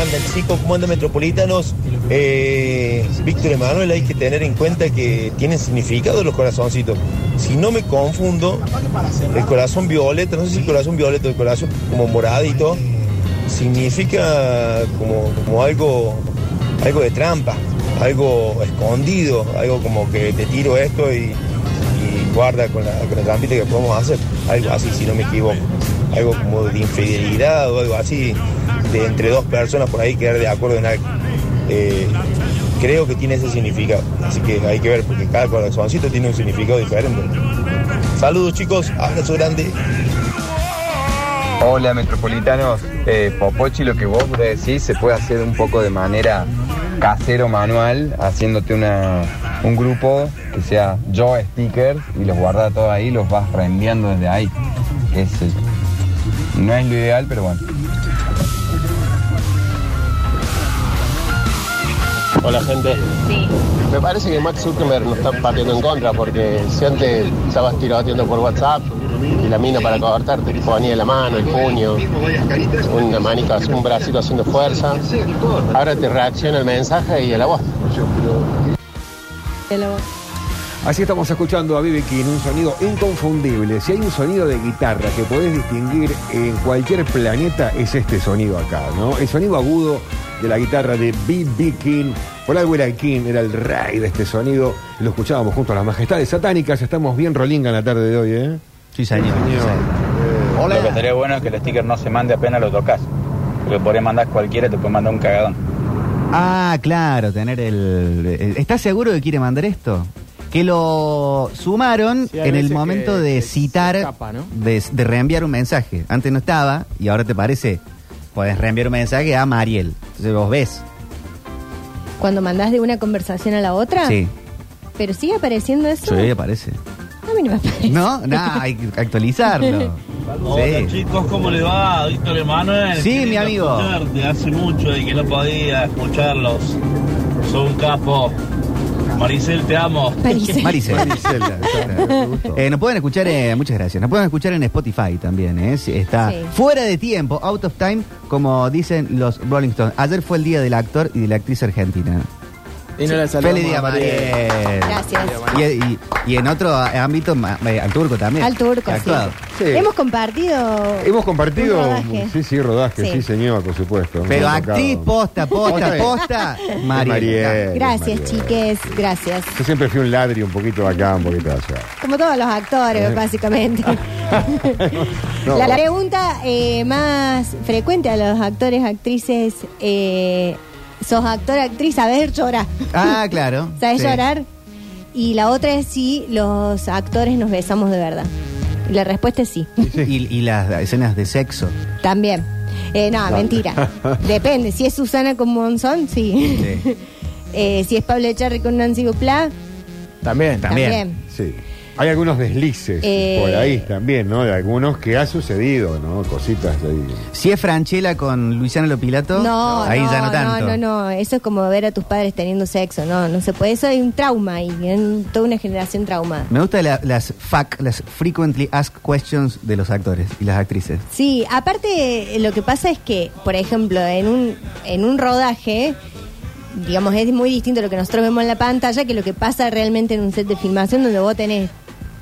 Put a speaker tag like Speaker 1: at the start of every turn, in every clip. Speaker 1: andan chicos? ¿Cómo andan metropolitanos? Eh, Víctor Emanuel, hay que tener en cuenta que tienen significado los corazoncitos. Si no me confundo, el corazón violeta, no sé si el corazón violeta o el corazón como moradito, significa como, como algo, algo de trampa, algo escondido, algo como que te tiro esto y, y guarda con la, con la trampita que podemos hacer, algo así, si no me equivoco algo como de infidelidad o algo así, de entre dos personas por ahí quedar de acuerdo en algo. Eh, creo que tiene ese significado, así que hay que ver, porque cada corazoncito tiene un significado diferente. Saludos chicos, abrazo grande.
Speaker 2: Hola metropolitanos, eh, Popochi, lo que vos decís se puede hacer un poco de manera casero manual, haciéndote una, un grupo que sea yo sticker y los guardas todos ahí, los vas rendiendo desde ahí. Es, no es lo ideal, pero bueno.
Speaker 3: Hola gente.
Speaker 4: Sí.
Speaker 3: Me parece que Max Zuckerberg nos está partiendo en contra porque si antes estabas tiroteando por WhatsApp y la mina para cortarte te ponía la mano, el puño, una manita, un bracito haciendo fuerza, ahora te reacciona el mensaje y a la voz.
Speaker 4: Hello.
Speaker 5: Así estamos escuchando a BB King, un sonido inconfundible. Si hay un sonido de guitarra que podés distinguir en cualquier planeta, es este sonido acá, ¿no? El sonido agudo de la guitarra de BB King. Por algo era King, era el rey de este sonido. Lo escuchábamos junto a las majestades satánicas. Estamos bien rolinga en la tarde de hoy, ¿eh?
Speaker 6: Sí, señor.
Speaker 7: Lo que estaría bueno es que el sticker no se mande apenas lo tocas. Porque podés mandar cualquiera, te puede mandar un cagadón.
Speaker 6: Ah, claro, tener el. el- ¿Estás seguro que quiere mandar esto? Que lo sumaron
Speaker 8: Sí, hay
Speaker 6: en el
Speaker 8: veces
Speaker 6: momento
Speaker 8: que
Speaker 6: de
Speaker 8: se- se
Speaker 6: citar,
Speaker 8: escapa, ¿no?
Speaker 6: de, de reenviar un mensaje. Antes no estaba y ahora te parece, podés reenviar un mensaje a Mariel. Entonces vos ves.
Speaker 4: Cuando mandás de una conversación a la otra.
Speaker 6: Sí,
Speaker 4: Pero sigue apareciendo eso.
Speaker 6: sí, aparece.
Speaker 4: A mí no me aparece.
Speaker 6: No, nada, hay que actualizarlo.
Speaker 9: Hola
Speaker 6: Sí.
Speaker 9: chicos, ¿cómo les va? Víctor Emanuel.
Speaker 6: Sí,
Speaker 9: Qué lindo
Speaker 6: mi amigo.
Speaker 9: escucharte. Hace mucho de que no podía escucharlos. Soy un capo. Maricel, te amo.
Speaker 4: Parece.
Speaker 6: Maricel.
Speaker 5: Marisela, Sara, qué gusto.
Speaker 6: Eh, nos pueden escuchar, eh, muchas gracias. Nos pueden escuchar en Spotify también. eh, si Está
Speaker 4: Sí.
Speaker 6: fuera de tiempo, out of time, como dicen los Rolling Stones. Ayer fue el día del actor y de la actriz argentina.
Speaker 8: Y no la saludamos
Speaker 6: Feliz día,
Speaker 8: a Mariel.
Speaker 6: Mariel.
Speaker 4: Gracias.
Speaker 6: Y, y- y en otro eh, ámbito, ma- eh, al turco también.
Speaker 4: Al turco, sí.
Speaker 6: Actuado.
Speaker 5: Sí.
Speaker 4: Hemos compartido.
Speaker 5: Hemos compartido.
Speaker 4: un rodaje.
Speaker 5: Sí, sí, rodaje, sí,
Speaker 4: Sí.
Speaker 5: señor, por supuesto.
Speaker 6: Pero
Speaker 5: Hemos tocado.
Speaker 6: actriz,
Speaker 5: Posta
Speaker 6: posta, posta,
Speaker 5: es-
Speaker 6: posta.
Speaker 5: es
Speaker 6: Mariel.
Speaker 5: Mariel,
Speaker 4: Gracias,
Speaker 5: Mariel.
Speaker 4: chiques. Gracias.
Speaker 5: Yo siempre fui un ladri, un poquito acá, un poquito allá.
Speaker 4: Como todos los actores,
Speaker 5: Eh.
Speaker 4: básicamente.
Speaker 5: No.
Speaker 4: La, la pregunta eh, más frecuente a los actores, actrices, eh, sos actor, actriz, a ver, llora.
Speaker 6: Ah, claro.
Speaker 4: ¿Sabes
Speaker 6: Sí.
Speaker 4: llorar? Y la otra es si los actores nos besamos de verdad. Y la respuesta es sí,
Speaker 6: Y, y las escenas de sexo.
Speaker 4: también. Eh, no, mentira. Depende. Si es Susana con Monzón, sí.
Speaker 6: Sí.
Speaker 4: Eh, si es Pablo Echarri con Nancy Duplá,
Speaker 8: También.
Speaker 6: También.
Speaker 4: también.
Speaker 5: Sí. Hay algunos deslices
Speaker 4: Eh.
Speaker 5: por ahí también, ¿no? De algunos que ha sucedido, ¿no? Cositas ahí.
Speaker 6: Si es Franchella con Luciano Lopilato,
Speaker 4: No,
Speaker 6: ahí
Speaker 4: no,
Speaker 6: ya no tanto.
Speaker 4: no, no, no. Eso es como ver a tus padres teniendo sexo. No, no se puede. Eso es un trauma y toda una generación traumada.
Speaker 6: Me gustan las FAQ, las Frequently Asked Questions de los actores y las actrices.
Speaker 4: Sí, aparte eh, lo que pasa es que, por ejemplo, en un, en un rodaje, digamos, es muy distinto lo que nosotros vemos en la pantalla que lo que pasa realmente en un set de filmación donde vos tenés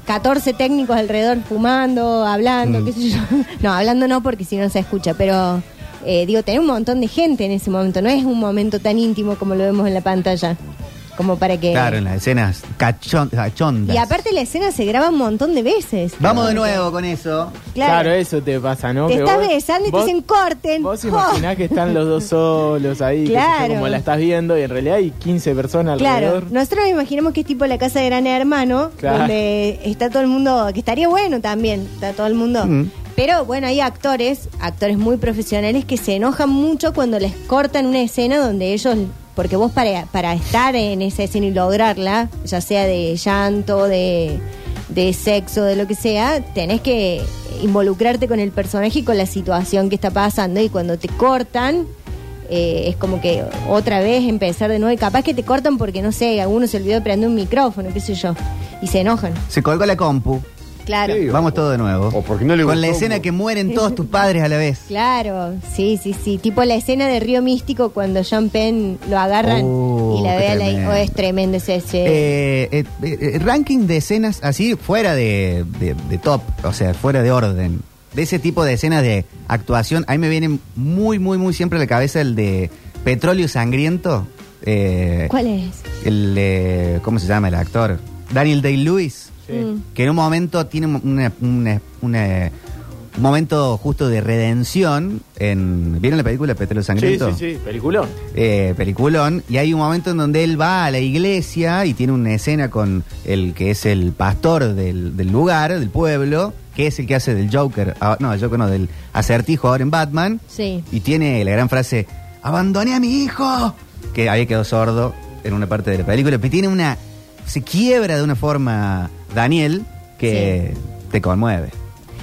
Speaker 4: 14 técnicos alrededor fumando, hablando,
Speaker 8: Mm.
Speaker 4: qué sé yo. No, hablando no porque si no se escucha, pero eh, digo, tenés un montón de gente en ese momento, no es un momento tan íntimo como lo vemos en la pantalla, como para que...
Speaker 6: Claro, en las escenas cachon-
Speaker 4: Eh.
Speaker 6: cachondas.
Speaker 4: Y aparte la escena se graba un montón de veces.
Speaker 6: Vamos de nuevo con eso.
Speaker 8: Claro. eso te pasa, ¿no?
Speaker 4: Te
Speaker 8: Que
Speaker 4: estás
Speaker 8: vos-
Speaker 4: besando y te
Speaker 8: vos-
Speaker 4: dicen corten.
Speaker 8: Vos
Speaker 4: ¡Jo!
Speaker 8: imaginás que están los dos solos ahí, que
Speaker 4: Claro.
Speaker 8: como la estás viendo, y en realidad hay 15 personas
Speaker 4: Claro,
Speaker 8: alrededor.
Speaker 4: nosotros imaginamos que es tipo la casa de Gran Hermano,
Speaker 8: Claro.
Speaker 4: donde está todo el mundo, que estaría bueno también, está todo el mundo.
Speaker 6: Mm.
Speaker 4: Pero bueno, hay actores, actores muy profesionales que se enojan mucho cuando les cortan una escena donde ellos, porque vos para, para estar en esa escena y lograrla, ya sea de llanto, de, de sexo, de lo que sea, tenés que involucrarte con el personaje y con la situación que está pasando y cuando te cortan... eh, es como que otra vez empezar de nuevo y capaz que te cortan porque no sé, alguno se olvidó de prender un micrófono, qué sé yo, y se enojan.
Speaker 6: Se colgó la compu.
Speaker 4: Claro.
Speaker 5: Sí.
Speaker 6: Vamos todo de nuevo.
Speaker 5: O porque no le
Speaker 6: Con la
Speaker 5: gustó,
Speaker 6: escena
Speaker 5: o-
Speaker 6: que mueren todos tus padres a la vez.
Speaker 4: Claro, sí, sí, sí. Tipo la escena de Río Místico cuando Sean Penn lo agarran
Speaker 6: Oh,
Speaker 4: y la
Speaker 6: qué
Speaker 4: ve a la
Speaker 6: tremendo.
Speaker 4: oh, es tremendo ese. ese-
Speaker 6: Eh, eh, eh, ranking de escenas así fuera de, de- de top, o sea, fuera de orden. De ese tipo de escenas de actuación, a mí me viene muy, muy, muy siempre a la cabeza el de Petróleo Sangriento. eh,
Speaker 4: ¿Cuál es?
Speaker 6: el eh, ¿Cómo se llama el actor? Daniel Day-Lewis.
Speaker 4: Mm.
Speaker 6: que en un momento tiene una- una- una- un momento justo de redención en ¿vieron la película Petróleo
Speaker 8: Sí,
Speaker 6: Sangriento?
Speaker 8: sí, sí, peliculón.
Speaker 6: Eh, peliculón y hay un momento en donde él va a la iglesia y tiene una escena con el que es el pastor del, del lugar, del pueblo, que es el que hace del Joker, ah, no, el Joker no, del acertijo ahora en Batman
Speaker 4: Sí.
Speaker 6: y tiene la gran frase abandoné a mi hijo que había quedado sordo en una parte de la película pero tiene una se quiebra de una forma Daniel que te conmueve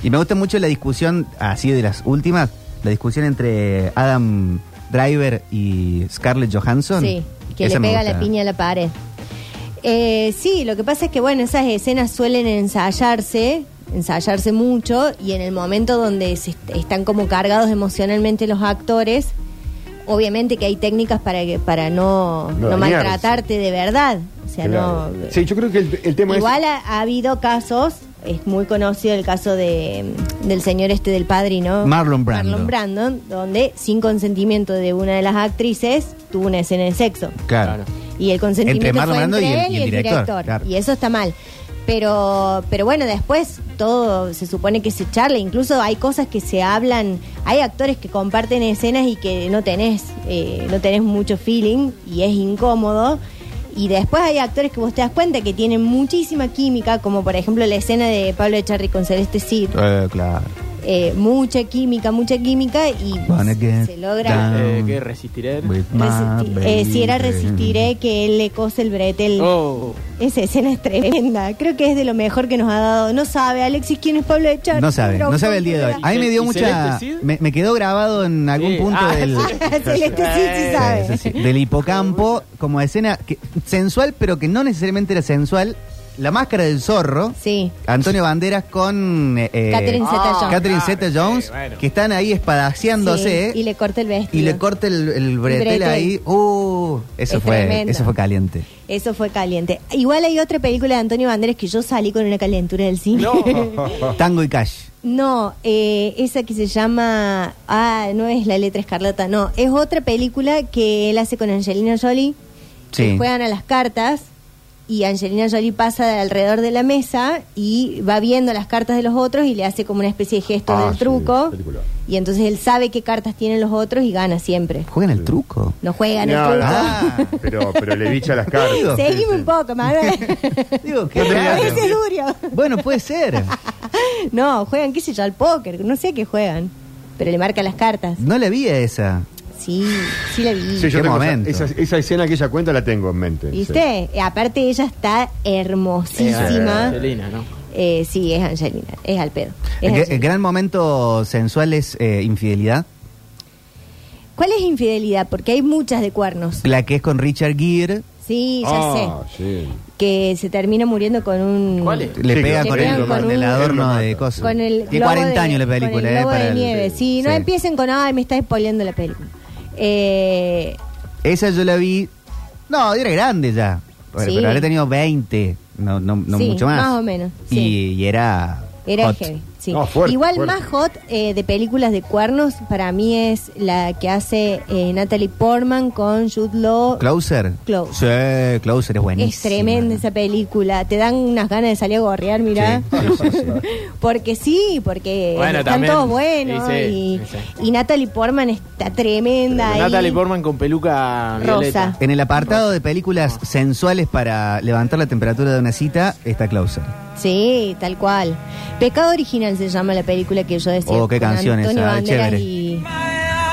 Speaker 6: y me gusta mucho la discusión así de las últimas la discusión entre Adam Driver y Scarlett Johansson
Speaker 4: Sí, que
Speaker 6: Esa
Speaker 4: le
Speaker 6: me
Speaker 4: pega
Speaker 6: gusta.
Speaker 4: la piña a la pared. Eh, sí, lo que pasa es que, bueno, esas escenas suelen ensayarse, ensayarse mucho, y en el momento donde se est- están como cargados emocionalmente los actores, obviamente que hay técnicas para, que, para no,
Speaker 5: No
Speaker 4: no
Speaker 5: dañarse.
Speaker 4: maltratarte de verdad. O sea,
Speaker 5: Claro.
Speaker 4: no.
Speaker 5: Sí, yo creo que el, el tema
Speaker 4: Igual
Speaker 5: es.
Speaker 4: ha, ha habido casos, es muy conocido el caso de, mm, del señor este del padrino.
Speaker 6: Marlon Brando.
Speaker 4: Marlon Brandon, donde sin consentimiento de una de las actrices tuvo una escena de sexo.
Speaker 6: claro
Speaker 4: Y el consentimiento
Speaker 6: Entre Marlon
Speaker 4: fue
Speaker 6: Brando
Speaker 4: entre
Speaker 6: y el-
Speaker 4: él
Speaker 6: y el director, claro.
Speaker 4: Y eso está mal. Pero, pero bueno, después todo se supone que se charla. Incluso hay cosas que se hablan. Hay actores que comparten escenas y que no tenés, eh, no tenés mucho feeling y es incómodo. Y después hay actores que vos te das cuenta que tienen muchísima química, como por ejemplo la escena de Pablo Echarri con Celeste Cid.
Speaker 6: Eh, claro
Speaker 4: Eh, mucha química, mucha química y
Speaker 6: Wanna get
Speaker 4: se logra.
Speaker 6: down.
Speaker 8: Eh, que resistiré.
Speaker 6: With my
Speaker 4: resistir. Eh, si era
Speaker 6: baby.
Speaker 4: resistiré que él le cose el bretel.
Speaker 8: Oh,
Speaker 4: Esa escena es tremenda. Creo que es de lo mejor que nos ha dado. No sabe, Alexis, quién es Pablo Echar.
Speaker 6: no sabe, no sabe el día de hoy. A mí me dio
Speaker 8: ¿Y
Speaker 6: mucha.
Speaker 8: Celeste Cid?
Speaker 6: Me, me quedó grabado en algún
Speaker 8: Sí.
Speaker 6: punto
Speaker 8: Ah,
Speaker 6: del,
Speaker 8: sí.
Speaker 4: Celeste sí, sí sabe.
Speaker 6: Sí, eso sí. Del hipocampo, como escena que- sensual, pero que no necesariamente era sensual. La máscara del zorro.
Speaker 4: Sí.
Speaker 6: Antonio Banderas con. eh, eh,
Speaker 4: Catherine Zeta-Jones.
Speaker 6: Catherine
Speaker 8: claro,
Speaker 6: Zeta-Jones,
Speaker 8: Ah, sí, bueno.
Speaker 6: que están ahí espadaciándose.
Speaker 4: Sí, y le corta el
Speaker 6: y
Speaker 4: vestido.
Speaker 6: le corta el, el bretel
Speaker 4: bretel.
Speaker 6: ahí. Uh, eso
Speaker 4: Es
Speaker 6: fue
Speaker 4: tremendo.
Speaker 6: eso fue caliente.
Speaker 4: Eso fue caliente. Igual hay otra película de Antonio Banderas que yo salí con una calentura del cine.
Speaker 8: no.
Speaker 6: Tango y Cash.
Speaker 4: No, eh, esa que se llama. Ah, no es La Letra Escarlata, no. Es otra película que él hace con Angelina Jolie.
Speaker 6: Sí.
Speaker 4: Que juegan a las cartas y Angelina Jolie pasa de alrededor de la mesa y va viendo las cartas de los otros y le hace como una especie de gesto
Speaker 5: Ah,
Speaker 4: del
Speaker 5: sí,
Speaker 4: truco.
Speaker 5: película.
Speaker 4: Y entonces él sabe qué cartas tienen los otros y gana siempre.
Speaker 6: ¿Juegan el truco?
Speaker 4: No juegan el
Speaker 5: No,
Speaker 4: truco.
Speaker 5: no.
Speaker 6: Ah.
Speaker 5: Pero, pero le bicha las cartas.
Speaker 6: Digo,
Speaker 4: Seguime un poco, Manuel.
Speaker 6: Digo, qué
Speaker 5: No te
Speaker 6: raro.
Speaker 5: rías.
Speaker 4: Ese es Durio.
Speaker 6: Bueno, puede ser.
Speaker 4: No, juegan, qué sé yo, al póker. No sé a qué juegan. Pero le marca las cartas.
Speaker 6: No la vi a esa.
Speaker 4: Sí, sí la vi.
Speaker 5: Sí, yo
Speaker 6: Qué
Speaker 5: tengo
Speaker 6: momento.
Speaker 5: Esa, esa- esa escena que ella cuenta la tengo en mente. Sí.
Speaker 4: ¿Viste? Eh, Aparte ella está hermosísima. Eh,
Speaker 8: Angelina, ¿no?
Speaker 4: sí, es Angelina, es al pedo. es
Speaker 6: El,
Speaker 4: Angelina.
Speaker 6: gran momento sensual es eh, infidelidad.
Speaker 4: ¿Cuál es infidelidad? Porque hay muchas de cuernos.
Speaker 6: La que es con Richard Gere.
Speaker 4: Sí, ya
Speaker 5: Ah, sí.
Speaker 4: sé. Que se termina muriendo con un...
Speaker 8: ¿Cuál es?
Speaker 6: Le
Speaker 5: Sí,
Speaker 6: pega
Speaker 5: que
Speaker 6: con
Speaker 4: le
Speaker 6: el,
Speaker 4: pegan con
Speaker 6: con el
Speaker 4: un-
Speaker 6: adorno de
Speaker 5: Con
Speaker 6: cosas.
Speaker 4: Con el
Speaker 6: Tiene
Speaker 4: globo
Speaker 6: 40
Speaker 4: de-
Speaker 6: años la película,
Speaker 4: con el
Speaker 6: ¿eh?
Speaker 4: globo
Speaker 6: para
Speaker 4: de
Speaker 6: el-
Speaker 4: nieve. Sí, no
Speaker 6: Sí.
Speaker 4: empiecen con, ay, me está spoileando la película. Eh,
Speaker 6: Esa yo la vi. No, era grande ya. Pero,
Speaker 4: Sí.
Speaker 6: pero habré tenido 20, no, no, no
Speaker 4: Sí,
Speaker 6: mucho más.
Speaker 4: más o menos,
Speaker 6: Y,
Speaker 4: sí.
Speaker 6: y era.
Speaker 4: Era
Speaker 6: hot.
Speaker 4: heavy, sí.
Speaker 5: No, fuerte,
Speaker 4: Igual
Speaker 5: fuerte.
Speaker 4: más hot eh, de películas de cuernos para mí es la que hace eh, Natalie Portman con Jude Law.
Speaker 6: Closer.
Speaker 4: Closer.
Speaker 6: Sí, Closer es buenísimo.
Speaker 4: Es tremenda esa película. Te dan unas ganas de salir a gorrear, mirá. porque sí, porque
Speaker 8: Bueno,
Speaker 4: están
Speaker 8: también.
Speaker 4: todos buenos.
Speaker 8: Sí,
Speaker 4: y,
Speaker 8: sí, sí.
Speaker 4: y Natalie Portman está tremenda. ahí.
Speaker 8: Natalie Portman con peluca
Speaker 4: Rosa.
Speaker 8: violeta.
Speaker 6: En el apartado de películas sensuales para levantar la temperatura de una cita está Closer.
Speaker 4: Sí, tal cual. Pecado Original se llama la película que yo decía.
Speaker 6: Oh, qué
Speaker 4: con
Speaker 6: canción
Speaker 4: Antonio
Speaker 6: esa,
Speaker 4: Banderas
Speaker 6: chévere.
Speaker 4: y-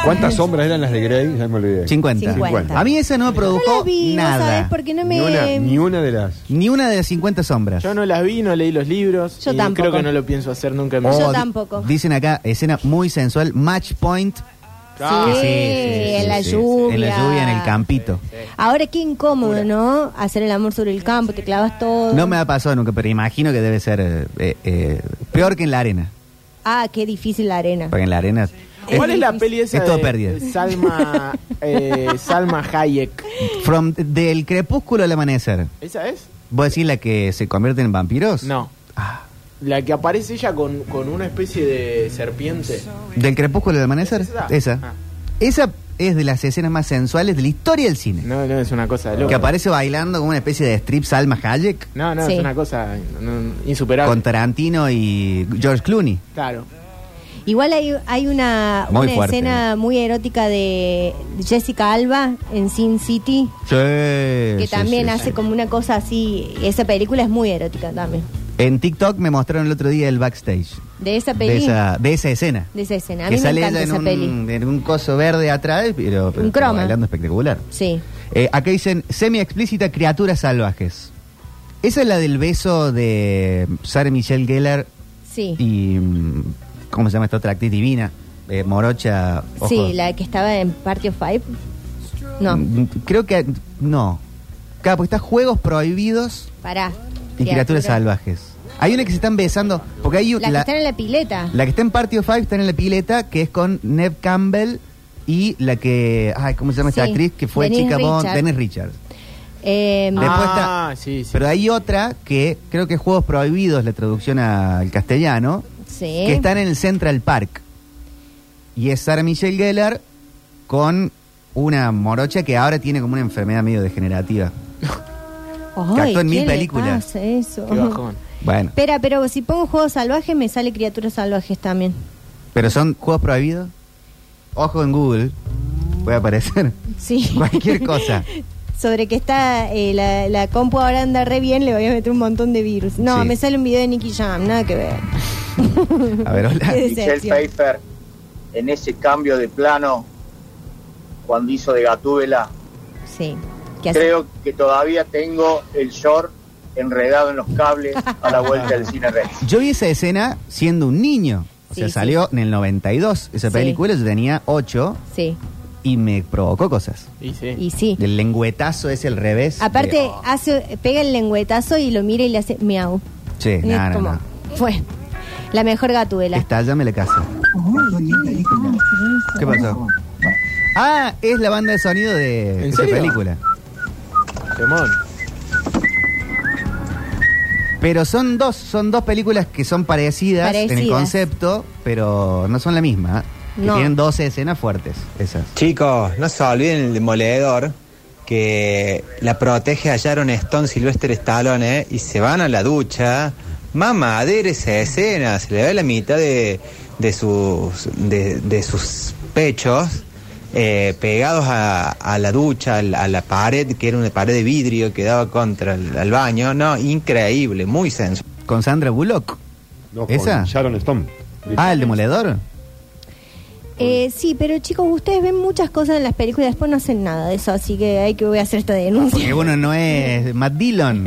Speaker 5: ¿Cuántas sombras eran las de Grey? Ya me olvidé.
Speaker 6: 50.
Speaker 4: 50.
Speaker 6: A mí esa no me
Speaker 4: No
Speaker 6: provocó
Speaker 4: la vi, ¿vos
Speaker 6: nada.
Speaker 4: sabés? Porque no me...
Speaker 5: Ni una, ni una de las.
Speaker 6: Ni una de las 50 sombras.
Speaker 8: Yo no las vi, no leí los libros.
Speaker 4: Yo
Speaker 8: y
Speaker 4: tampoco.
Speaker 6: Oh,
Speaker 8: Creo que no lo pienso hacer nunca en mi
Speaker 4: Yo
Speaker 8: vida.
Speaker 6: di-
Speaker 4: tampoco.
Speaker 6: Dicen acá, escena muy sensual, match point,
Speaker 4: Sí, en la lluvia.
Speaker 6: En la lluvia, en el campito.
Speaker 4: Ahora qué incómodo, ¿no? Hacer el amor sobre el campo, te clavas todo.
Speaker 6: No me ha pasado nunca, pero imagino que debe ser eh, eh, eh, peor que en la arena.
Speaker 4: Ah, qué difícil la arena.
Speaker 6: Porque en la arena.
Speaker 8: ¿Cuál es la peli esa
Speaker 6: es todo
Speaker 8: de
Speaker 6: pérdida.
Speaker 8: Salma, eh, Salma Hayek?
Speaker 6: From, del crepúsculo al amanecer.
Speaker 8: ¿Esa es?
Speaker 6: ¿Vos decís la que se convierte en vampiros?
Speaker 8: No.
Speaker 6: Ah,
Speaker 8: La que aparece ella con, con una especie de serpiente.
Speaker 6: ¿Del crepúsculo al amanecer?
Speaker 8: ¿Es esa?
Speaker 6: Esa.
Speaker 8: Ah.
Speaker 6: Esa es de las escenas más sensuales de la historia del cine.
Speaker 8: No, no, es una cosa de loco.
Speaker 6: Que aparece bailando como una especie de strip Salma Hayek
Speaker 8: No, no,
Speaker 4: Sí.
Speaker 8: es una cosa no, insuperable.
Speaker 6: con Tarantino y George Clooney.
Speaker 8: Claro.
Speaker 4: Igual hay, hay una,
Speaker 6: Muy
Speaker 4: una
Speaker 6: fuerte.
Speaker 4: escena muy erótica de Jessica Alba en Sin City,
Speaker 6: Sí.
Speaker 4: que también hace como una cosa así. Esa película es muy erótica también.
Speaker 6: En TikTok me mostraron el otro día el backstage
Speaker 4: De esa peli.
Speaker 6: de esa, de esa escena.
Speaker 4: de esa escena. A
Speaker 6: que
Speaker 4: mí me
Speaker 6: sale ella
Speaker 4: encanta
Speaker 6: en
Speaker 4: esa peli.
Speaker 6: un, en un coso verde atrás, pero, pero-
Speaker 4: Un croma.
Speaker 6: pero bailando espectacular.
Speaker 4: Sí.
Speaker 6: Eh, acá dicen semi explícita criaturas salvajes. Esa es la del beso de Sarah Michelle Gellar
Speaker 4: Sí.
Speaker 6: y mm, ¿cómo se llama esta otra actriz divina? Eh, Morocha. ojo.
Speaker 4: Sí, la que estaba en Party of Five. No,
Speaker 6: Mm, Creo que no. Claro, porque está juegos prohibidos
Speaker 4: pará.
Speaker 6: y criaturas salvajes. Hay una que se están besando porque hay
Speaker 4: Las que
Speaker 6: la- Ah.
Speaker 4: están en la pileta.
Speaker 6: La que está en Party of Five está en la pileta, que es con Nev Campbell y la que. Ay, ¿cómo se llama esta
Speaker 4: Sí,
Speaker 6: actriz? Que fue
Speaker 4: Denise
Speaker 6: chica Bond,
Speaker 4: Richards.
Speaker 6: Dennis Richards.
Speaker 4: Eh,
Speaker 6: Después
Speaker 8: ah,
Speaker 6: está-
Speaker 8: sí, sí.
Speaker 6: Pero hay otra que creo que es Juegos Prohibidos, la traducción al castellano,
Speaker 4: sí.
Speaker 6: que están en el Central Park. Y es Sarah Michelle Gellar con una morocha que ahora tiene como una enfermedad medio degenerativa.
Speaker 4: Ay,
Speaker 6: que actuó en mil
Speaker 4: ¿quién le
Speaker 6: películas.
Speaker 4: pasa eso?
Speaker 8: Qué bajón.
Speaker 6: Bueno,
Speaker 4: Espera, pero si pongo juegos salvajes me sale criaturas salvajes también.
Speaker 6: pero son Juegos Prohibidos. Ojo en Google, puede aparecer
Speaker 4: Sí.
Speaker 6: cualquier cosa.
Speaker 4: Sobre que está eh, la, la compu ahora anda re bien, le voy a meter un montón de virus. No,
Speaker 6: Sí.
Speaker 4: me sale un video de Nicky Jam, nada que ver.
Speaker 6: A ver, hola.
Speaker 4: Qué
Speaker 10: Michelle
Speaker 4: decepción.
Speaker 10: Pfeiffer en ese cambio de plano cuando hizo de Gatúbela.
Speaker 4: Sí. ¿Qué hace?
Speaker 10: Creo que todavía tengo el short enredado en los cables a la vuelta del cine Rex.
Speaker 6: Yo vi esa escena siendo un niño. O
Speaker 4: Sí,
Speaker 6: sea,
Speaker 4: sí.
Speaker 6: salió en el 92 esa
Speaker 4: Sí.
Speaker 6: película, yo tenía 8
Speaker 4: Sí,
Speaker 6: y me provocó cosas.
Speaker 8: Y sí.
Speaker 4: y sí.
Speaker 6: El lengüetazo es el revés.
Speaker 4: Aparte,
Speaker 6: de-
Speaker 4: hace, pega el lengüetazo y lo mira y le hace miau.
Speaker 6: Che,
Speaker 4: Y
Speaker 6: no,
Speaker 4: es
Speaker 6: no,
Speaker 4: como,
Speaker 6: no.
Speaker 4: Fue la mejor gatuela.
Speaker 6: Estállame la casa. ¿Qué pasó? Ah, es la banda de sonido de
Speaker 8: ¿En
Speaker 6: esa
Speaker 8: serio?
Speaker 6: película.
Speaker 8: Temón.
Speaker 6: Pero son dos, son dos películas que son parecidas, en el
Speaker 4: Parecidas.
Speaker 6: concepto, pero no son la misma. ¿eh? Que
Speaker 4: No.
Speaker 6: tienen 12 escenas fuertes, esas.
Speaker 2: Chicos, no se olviden el demoledor que la protege a Sharon Stone, Sylvester Stallone, ¿eh? y se van a la ducha. Mamadera esa escena, se le ve la mitad de, de sus, de, de sus pechos eh, pegados a, a la ducha, a la, a la pared, que era una pared de vidrio que daba contra el al baño. No, increíble, muy sensual.
Speaker 6: Con Sandra Bullock.
Speaker 5: No, con
Speaker 6: ¿Esa?
Speaker 5: Sharon Stone.
Speaker 6: Ah, el demoledor.
Speaker 4: Eh, sí, pero chicos, ustedes ven muchas cosas en las películas, después no hacen nada de eso, así que hay que voy a hacer esta
Speaker 6: Porque
Speaker 4: denuncia.
Speaker 6: uno no es Matt Dillon.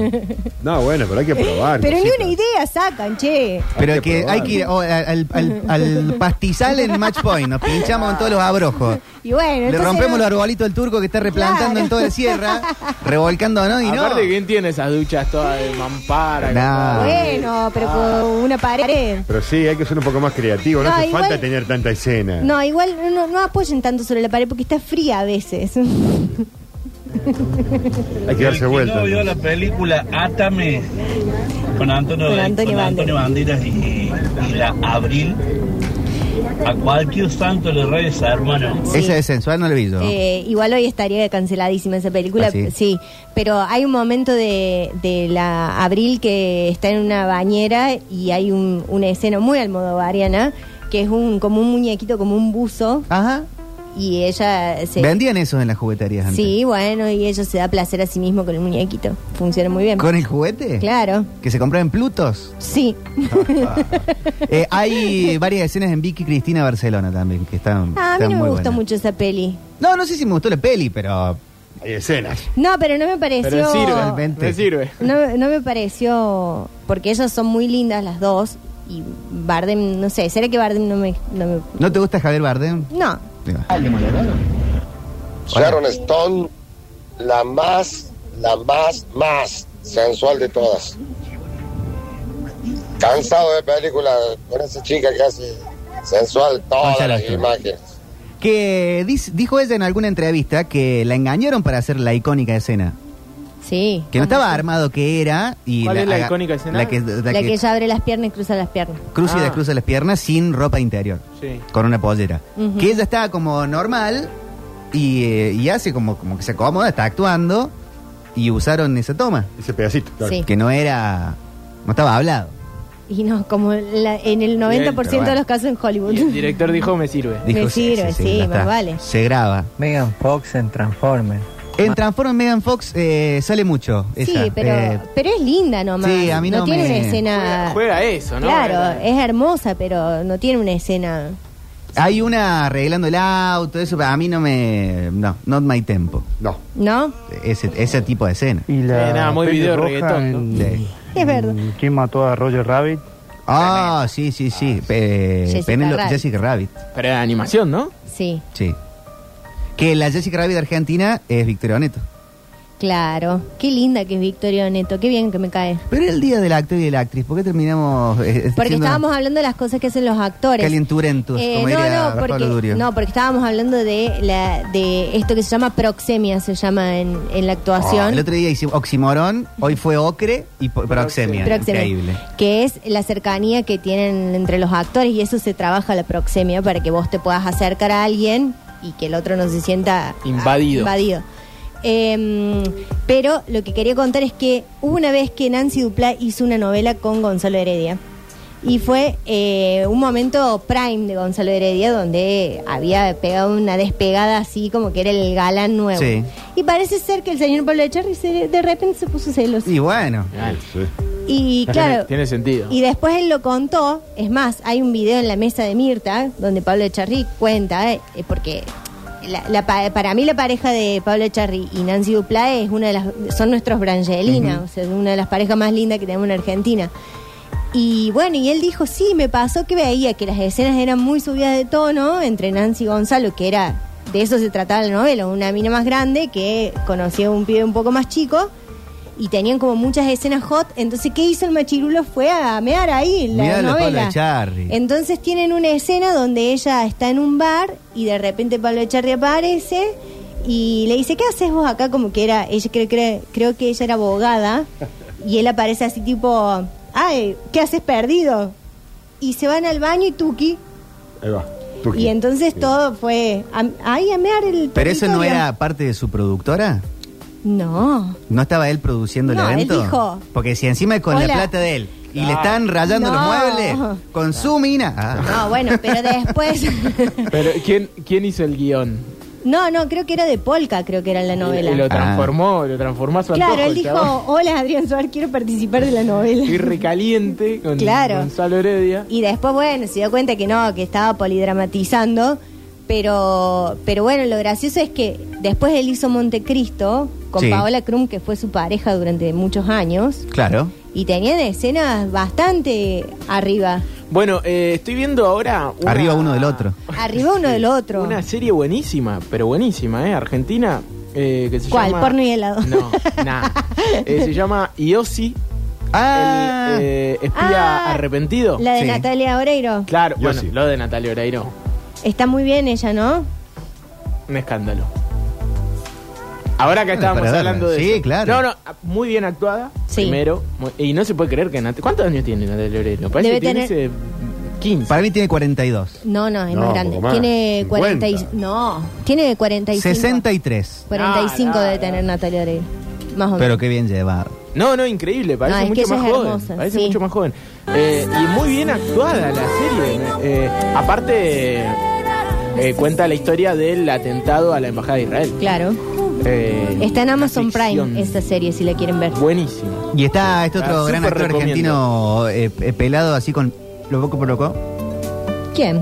Speaker 5: No, bueno, pero hay que probar.
Speaker 4: Eh, Pero ni
Speaker 5: cosita.
Speaker 4: una idea sacan, che.
Speaker 6: Pero
Speaker 5: Hay que
Speaker 6: que
Speaker 5: probar.
Speaker 6: hay que ir o- al, al- al pastizal en Match Point. Nos pinchamos en todos los abrojos.
Speaker 4: Y bueno,
Speaker 6: Le
Speaker 4: entonces
Speaker 6: rompemos
Speaker 4: no-
Speaker 6: los arbolitos del turco que está replantando
Speaker 4: Claro.
Speaker 6: en toda la sierra, revolcándonos y no.
Speaker 8: Aparte, ¿quién tiene esas duchas todas de mampara?
Speaker 6: Nah.
Speaker 8: con-
Speaker 4: Bueno, pero
Speaker 6: Ah.
Speaker 4: con una pared.
Speaker 5: Pero sí, hay que ser un poco más creativo. No,
Speaker 4: No,
Speaker 5: hace
Speaker 4: igual-
Speaker 5: falta tener tanta escena.
Speaker 6: Eh.
Speaker 4: No, igual no- no, no apoyen tanto sobre la pared porque está fría a veces.
Speaker 5: Hay que
Speaker 9: El
Speaker 5: darse
Speaker 9: que
Speaker 5: vuelta.
Speaker 9: no vio la película Átame con Antonio,
Speaker 4: Con Antonio
Speaker 9: con Antonio Banderas y, y la Abril, a cualquier santo le reza, hermano.
Speaker 4: Sí.
Speaker 6: Esa es sensual, no la vi yo.
Speaker 4: Eh, igual hoy estaría canceladísima esa película,
Speaker 6: ¿Ah, sí?
Speaker 4: sí. Pero hay un momento de, de la Abril que está en una bañera y hay un- una escena muy almodovariana que es un como un muñequito, como un buzo
Speaker 6: Ajá.
Speaker 4: y ella se...
Speaker 6: Vendían esos en las jugueterías antes.
Speaker 4: Sí, bueno, y ella se da placer a sí mismo con el muñequito. Funciona muy bien.
Speaker 6: ¿Con el juguete?
Speaker 4: Claro,
Speaker 6: Que se compraba en Plutos.
Speaker 4: sí.
Speaker 6: Eh, hay varias escenas en Vicky Cristina Barcelona también que están.
Speaker 4: Ah, a mí no
Speaker 6: están
Speaker 4: me
Speaker 6: muy
Speaker 4: gustó
Speaker 6: buenas.
Speaker 4: mucho esa peli.
Speaker 6: No, no sé si me gustó la peli, pero.
Speaker 5: Hay escenas.
Speaker 4: No, pero no me pareció...
Speaker 8: Pero sirve,
Speaker 6: Realmente.
Speaker 8: me sirve.
Speaker 4: No, no me pareció, porque ellas son muy lindas las dos y Bardem, no sé, ¿será que Bardem no me... No, me-
Speaker 6: ¿No te gusta Javier Bardem?
Speaker 4: no,
Speaker 6: Digo,
Speaker 11: Sharon Stone, la más, la más, más sensual de todas. Cansado de películas con esa chica que hace sensual todas
Speaker 6: Concha
Speaker 11: las
Speaker 6: lástima.
Speaker 11: imágenes.
Speaker 6: Que dis- dijo ella en alguna entrevista que la engañaron para hacer la icónica escena.
Speaker 4: Sí.
Speaker 6: Que no estaba armado que era. Y
Speaker 8: ¿Cuál es la
Speaker 6: haga-
Speaker 8: icónica escena?
Speaker 6: La que, la
Speaker 4: La
Speaker 6: que
Speaker 4: que ella abre las piernas y cruza las piernas.
Speaker 6: cruza y
Speaker 8: Ah.
Speaker 6: descruza las piernas sin ropa interior.
Speaker 8: Sí.
Speaker 6: Con una pollera.
Speaker 4: Ujú.
Speaker 6: Que ella está como normal y, eh, y hace como, como que se acomoda, está actuando. Y usaron esa toma.
Speaker 5: Ese pedacito.
Speaker 4: Sí.
Speaker 6: Que no era. No estaba hablado.
Speaker 4: Y no, como la- en el 90%
Speaker 6: Bien, pero
Speaker 4: de los casos en Hollywood.
Speaker 8: Y el director dijo, me sirve.
Speaker 6: Dijo,
Speaker 4: Me sirve, sí,
Speaker 6: ya
Speaker 4: más
Speaker 6: está.
Speaker 4: vale.
Speaker 6: Se graba.
Speaker 12: Megan Fox en Transformers.
Speaker 6: En Transformers Megan Fox eh, sale mucho. esa,
Speaker 4: sí, pero,
Speaker 6: eh,
Speaker 4: pero es linda nomás.
Speaker 6: sí, a mí no
Speaker 4: tiene
Speaker 6: me-
Speaker 4: una escena.
Speaker 8: Juega- juega eso, ¿no? Eh,
Speaker 4: Claro, eh.
Speaker 8: Era-
Speaker 4: es hermosa, pero no tiene una escena.
Speaker 6: hay una arreglando el auto, eso pero a mí no me. No, not my tempo.
Speaker 5: No.
Speaker 4: ¿No?
Speaker 6: Ese, ese tipo de escena.
Speaker 12: Y la
Speaker 8: Sí, eh, nada, muy
Speaker 12: peli
Speaker 8: video
Speaker 12: roja
Speaker 8: reggaetón, ¿no?
Speaker 12: en-
Speaker 6: Sí.
Speaker 4: Es verdad.
Speaker 6: Mm.
Speaker 12: en ¿Quién mató a Roger Rabbit?
Speaker 6: Ah, sí, sí, sí. Eh,
Speaker 4: Jessica
Speaker 6: Penelo-
Speaker 4: Rabbit.
Speaker 6: Jessica Rabbit.
Speaker 8: Pero era animación, ¿no?
Speaker 4: Sí,
Speaker 6: Sí. Que la Jessica Rabbit argentina es Victoria Neto.
Speaker 4: claro. Qué linda que es Victoria Neto. Qué bien que me cae.
Speaker 6: Pero el día del actor y de la actriz, ¿por qué terminamos.? eh,
Speaker 4: Porque
Speaker 6: siendo
Speaker 4: estábamos hablando de las cosas que hacen los actores.
Speaker 6: Calienturentos,
Speaker 4: Eh,
Speaker 6: como diría
Speaker 4: no, no,
Speaker 6: Pablo
Speaker 4: porque,
Speaker 6: Durio.
Speaker 4: no, porque estábamos hablando de la de esto que se llama proxemia, se llama en, en la
Speaker 6: Ah,
Speaker 4: actuación.
Speaker 6: el otro día hicimos oximorón, hoy fue ocre y po- proxemia.
Speaker 4: Proxemia,
Speaker 6: Increíble.
Speaker 4: que es la cercanía que tienen entre los actores y eso se trabaja la proxemia para que vos te puedas acercar a alguien y que el otro no se sienta ah,
Speaker 8: Invadido.
Speaker 4: invadido. Em, pero lo que quería contar es que hubo una vez que Nancy Duplá hizo una novela con Gonzalo Heredia y fue eh, un momento prime de Gonzalo Heredia donde había pegado una despegada así como que era el galán nuevo.
Speaker 6: Sí.
Speaker 4: Y parece ser que el señor Pablo Echarri se- de repente se puso celoso.
Speaker 6: Y bueno.
Speaker 8: Claro.
Speaker 5: Sí.
Speaker 4: Y claro,
Speaker 8: Tiene sentido.
Speaker 4: y después él lo contó, es más, hay un video en la mesa de Mirta, donde Pablo Echarri cuenta, eh, eh, porque la- la pa- para mí la pareja de Pablo Echarri y Nancy Duplá es una de las, son nuestros Brangelina, o sea, una de las parejas más lindas que tenemos en Argentina. Y bueno, y él dijo, sí, me pasó que veía que las escenas eran muy subidas de tono entre Nancy y Gonzalo, que era, de eso se trataba la novela, una mina más grande que conocía a un pibe un poco más chico, y tenían como muchas escenas hot, entonces ¿qué hizo el machirulo? Fue a mear ahí en la
Speaker 6: Mirá lo Pablo
Speaker 4: novela.
Speaker 6: Echarri.
Speaker 4: Entonces tienen una escena donde ella está en un bar y de repente Pablo Echarri aparece y le dice, ¿qué haces vos acá? Como que era, ella creo, creo, creo que ella era abogada y él aparece así tipo, ay, ¿qué haces perdido? Y se van al baño y tuki.
Speaker 5: Ahí va. Tuki.
Speaker 4: Y entonces
Speaker 5: Sí.
Speaker 4: todo fue, a- ay, a mear el
Speaker 6: Pero eso no
Speaker 4: territorio.
Speaker 6: era parte de su productora.
Speaker 4: No.
Speaker 6: ¿No estaba él produciendo
Speaker 4: No, él
Speaker 6: el evento?
Speaker 4: dijo.
Speaker 6: Porque si encima es con la
Speaker 4: Hola.
Speaker 6: plata de él y le están rayando los
Speaker 4: No.
Speaker 6: muebles con su mina. Ah.
Speaker 4: No, bueno, pero después...
Speaker 8: Pero ¿quién, ¿quién hizo el guión?
Speaker 4: No, no, creo que era de Polka, creo que era la novela.
Speaker 8: Y lo
Speaker 6: Ah.
Speaker 8: transformó, lo transformó a su
Speaker 4: Claro,
Speaker 8: antojo,
Speaker 4: él dijo,
Speaker 8: chabón.
Speaker 4: hola Adrián Suárez, quiero participar de la
Speaker 8: Y
Speaker 4: novela.
Speaker 8: recaliente con
Speaker 4: Claro.
Speaker 8: Gonzalo Heredia.
Speaker 4: Y después, bueno, se dio cuenta que no, que estaba polidramatizando, pero, pero bueno, lo gracioso es que después él hizo Montecristo con
Speaker 6: Sí.
Speaker 4: Paola Krum, que fue su pareja durante muchos años,
Speaker 6: Claro.
Speaker 4: y tenían escenas bastante arriba,
Speaker 8: Bueno, eh, estoy viendo ahora... una-
Speaker 6: Arriba uno del otro.
Speaker 4: arriba uno del otro.
Speaker 8: Una serie buenísima, pero buenísima, ¿eh? Argentina, eh, que se
Speaker 4: ¿Cuál?
Speaker 8: llama...
Speaker 4: ¿Porno y helado?
Speaker 8: No, nada. Eh, se llama Iosi,
Speaker 6: Ah.
Speaker 8: el eh, espía
Speaker 4: Ah.
Speaker 8: arrepentido.
Speaker 4: La de
Speaker 6: Sí.
Speaker 4: Natalia Oreiro.
Speaker 8: Claro, bueno,
Speaker 5: Iosi.
Speaker 8: lo de Natalia Oreiro,
Speaker 4: Está muy bien ella, ¿no?
Speaker 8: un escándalo. Ahora que
Speaker 6: Bueno,
Speaker 8: estábamos
Speaker 6: para verla.
Speaker 8: hablando de
Speaker 6: Sí,
Speaker 8: eso.
Speaker 6: claro.
Speaker 8: No, no, muy bien actuada,
Speaker 4: Sí.
Speaker 8: primero. muy- y no se puede creer que Natalia... ¿Cuántos años tiene Natalia Oreiro? Parece
Speaker 4: Debe
Speaker 8: que tiene
Speaker 4: tener-
Speaker 8: ese 15.
Speaker 6: Para mí tiene 42.
Speaker 4: No, no, es
Speaker 5: No,
Speaker 4: más
Speaker 5: un
Speaker 4: grande.
Speaker 5: poco más.
Speaker 4: Tiene 40 y-
Speaker 5: 50.
Speaker 4: No, tiene 45.
Speaker 6: 63.
Speaker 4: 45
Speaker 8: Ah,
Speaker 4: debe
Speaker 8: no,
Speaker 4: tener Natalia Oreiro. Más o menos.
Speaker 6: Pero qué bien llevar.
Speaker 8: No, no, increíble, parece
Speaker 4: No, es que
Speaker 8: mucho
Speaker 4: ella
Speaker 8: más
Speaker 4: es
Speaker 8: joven.
Speaker 4: hermosa,
Speaker 8: parece
Speaker 4: sí.
Speaker 8: mucho más joven. Eh, y muy bien actuada la serie. eh, aparte, eh, cuenta la historia del atentado a la Embajada de Israel.
Speaker 4: Claro.
Speaker 8: Eh,
Speaker 4: Está en Amazon
Speaker 8: una ficción.
Speaker 4: Prime esta serie, si la quieren ver.
Speaker 8: Buenísimo.
Speaker 6: Y está este otro
Speaker 8: Ah,
Speaker 6: gran
Speaker 8: súper
Speaker 6: actor
Speaker 8: recomiendo.
Speaker 6: argentino eh, eh, pelado así con lo poco por loco.
Speaker 4: ¿Quién?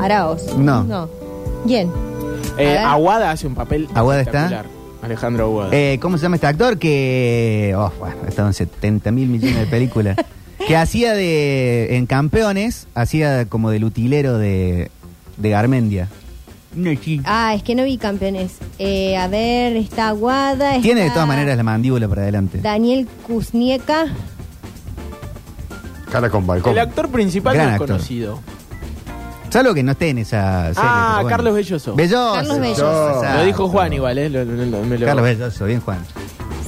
Speaker 4: Araos.
Speaker 6: No.
Speaker 4: ¿Quién?
Speaker 8: Eh,
Speaker 4: A ver.
Speaker 8: Aguada hace un papel.
Speaker 6: Aguada
Speaker 8: espectacular. Alejandro Aguada.
Speaker 6: Eh, ¿Cómo se llama este actor? Que. Oh, bueno, ha estado en 70 mil millones de películas. que hacía de. En Campeones, hacía como del utilero de. De Garmendia. No, sí.
Speaker 4: Ah, es que no vi campeones. Eh, a ver, está Aguada. Está
Speaker 6: Tiene de todas maneras la mandíbula para adelante.
Speaker 4: Daniel Kuznieka.
Speaker 5: Cara con balcón.
Speaker 8: El actor principal
Speaker 6: Gran
Speaker 8: no es
Speaker 6: actor.
Speaker 8: conocido.
Speaker 6: Salvo que no esté en esa serie.
Speaker 8: ah,
Speaker 6: pero bueno.
Speaker 8: Carlos Belloso.
Speaker 6: Belloso.
Speaker 4: Carlos Belloso.
Speaker 6: Exacto.
Speaker 8: Lo dijo Juan igual, ¿eh? Lo- lo- lo- me lo-
Speaker 6: Carlos Belloso, bien Juan.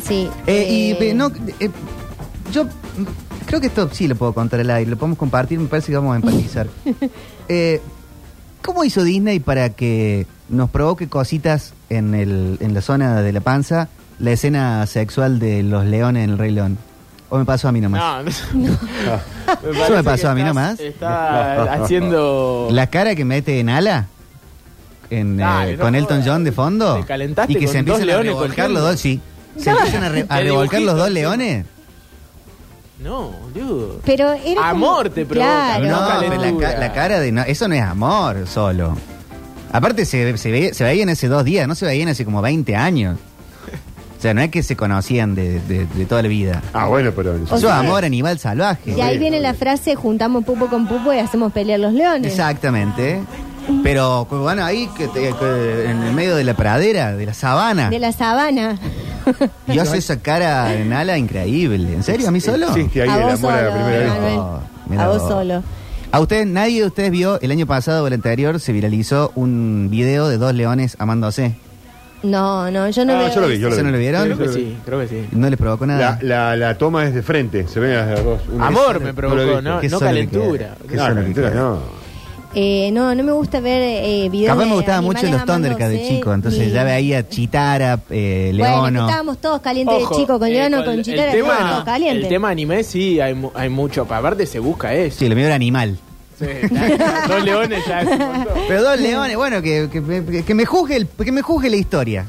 Speaker 4: Sí.
Speaker 6: Eh, y
Speaker 4: eh,
Speaker 6: pe- no, eh, yo mm, creo que esto sí lo puedo contar al aire, lo podemos compartir, me parece que vamos a empatizar. Eh, ¿Cómo hizo Disney para que nos provoque cositas en, el, en la zona de la panza la escena sexual de los leones en el Rey León? ¿O me pasó a mí nomás?
Speaker 8: No, me parece
Speaker 6: Eso me pasó
Speaker 8: que
Speaker 6: a mí
Speaker 8: estás-
Speaker 6: nomás.
Speaker 8: Está haciendo.
Speaker 6: La cara que mete en ala en, eh,
Speaker 8: Dale, no
Speaker 6: con Elton
Speaker 8: jodas.
Speaker 6: John de fondo
Speaker 8: Te calentaste
Speaker 6: y que
Speaker 8: con
Speaker 6: se empiezan
Speaker 8: dos
Speaker 6: a
Speaker 8: leones
Speaker 6: revolcar los
Speaker 8: cogiendo.
Speaker 6: dos, sí. Se empiezan a, re- a
Speaker 8: El
Speaker 6: revolcar
Speaker 8: dibujito,
Speaker 6: los dos
Speaker 8: sí.
Speaker 6: leones.
Speaker 8: No, boludo.
Speaker 4: Pero era
Speaker 8: Amor
Speaker 4: como-
Speaker 8: te provoca,
Speaker 4: Claro.
Speaker 8: no
Speaker 6: No, pero la,
Speaker 8: calentura.
Speaker 6: ca- la cara de. no, eso no es amor solo. Aparte, se, se, ve- se veían hace dos días, no se veían hace como 20 años. O sea, no es que se conocían de, de- de toda la vida.
Speaker 5: Ah, bueno, pero.
Speaker 6: Eso es
Speaker 4: sea-
Speaker 6: amor animal salvaje.
Speaker 4: Y ahí viene la frase, juntamos pupo con pupo y hacemos pelear los leones.
Speaker 6: Exactamente. Pero bueno, ahí que te- que en el medio de la pradera, de la sabana.
Speaker 4: De la sabana.
Speaker 6: Y hace esa cara en ala increíble. ¿En serio? ¿A mí solo?
Speaker 5: Existe ahí
Speaker 4: a
Speaker 5: el
Speaker 4: vos Ah.
Speaker 5: amor a la
Speaker 4: solo,
Speaker 5: primera vez.
Speaker 4: Manuel.
Speaker 6: Oh, mira
Speaker 4: a vos
Speaker 6: vos.
Speaker 4: solo.
Speaker 6: ¿A ustedes, nadie de ustedes vio el año pasado o el anterior se viralizó un video de dos leones amándose?
Speaker 4: No, no, yo no
Speaker 5: Ah,
Speaker 4: veo
Speaker 5: yo lo vi,
Speaker 4: eso.
Speaker 5: yo lo
Speaker 6: ¿Eso
Speaker 5: vi.
Speaker 6: no lo vieron?
Speaker 5: Sí, yo
Speaker 8: Creo que
Speaker 5: lo vi.
Speaker 8: sí, creo que sí.
Speaker 6: No les provocó
Speaker 5: La,
Speaker 6: nada.
Speaker 5: la, la toma es de frente, se ven las dos. Una-
Speaker 8: Amor me
Speaker 5: lo he
Speaker 8: provocó,
Speaker 5: visto.
Speaker 8: no,
Speaker 6: Qué
Speaker 8: no
Speaker 6: solo que
Speaker 8: calentura.
Speaker 6: queda.
Speaker 5: No, la calentura no.
Speaker 4: Eh, no, no me gusta ver eh, videos
Speaker 6: Capaz me
Speaker 4: de
Speaker 6: gustaban mucho
Speaker 4: animales
Speaker 6: los Thundercats de
Speaker 4: amándose,
Speaker 6: chico, entonces
Speaker 4: ni-
Speaker 6: ya veía Chitara, eh,
Speaker 4: Bueno,
Speaker 6: Leono.
Speaker 4: que estábamos todos calientes de chico, con
Speaker 8: eh,
Speaker 4: Leono,
Speaker 8: con
Speaker 4: con,
Speaker 8: el
Speaker 4: Chitara,
Speaker 8: tema-
Speaker 4: estábamos todos calientes.
Speaker 8: El tema anime sí, hay, mu- hay mucho. Aparte se busca eso.
Speaker 6: Sí, lo mío era animal.
Speaker 8: Sí, claro, dos leones ya es un montón.
Speaker 6: Pero dos leones, bueno, que, que- que me juzgue el- que me juzgue la historia.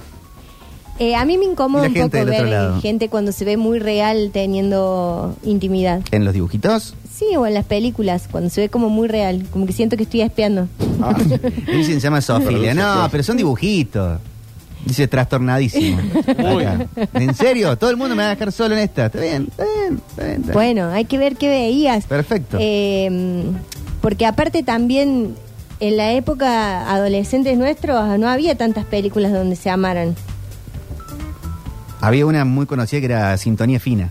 Speaker 4: Eh, a mí me incomoda
Speaker 6: Y la
Speaker 4: un poco
Speaker 6: gente del
Speaker 4: ver
Speaker 6: otro
Speaker 4: eh,
Speaker 6: lado.
Speaker 4: gente cuando se ve muy real teniendo intimidad.
Speaker 6: En los dibujitos,
Speaker 4: Sí, o en las películas, cuando se ve como muy real, como que siento que estoy espiando.
Speaker 6: dicen se llama zoofilia. No, pero son dibujitos. Dice trastornadísimo.
Speaker 8: Muy.
Speaker 6: Acá. ¿En serio? Todo el mundo me va a dejar solo en esta. Está bien, está bien, está bien. está bien.
Speaker 4: Bueno, hay que ver qué veías.
Speaker 6: Perfecto.
Speaker 4: Eh, porque aparte también en la época adolescentes nuestros no había tantas películas donde se amaran.
Speaker 6: Había una muy conocida que era Sintonía Fina.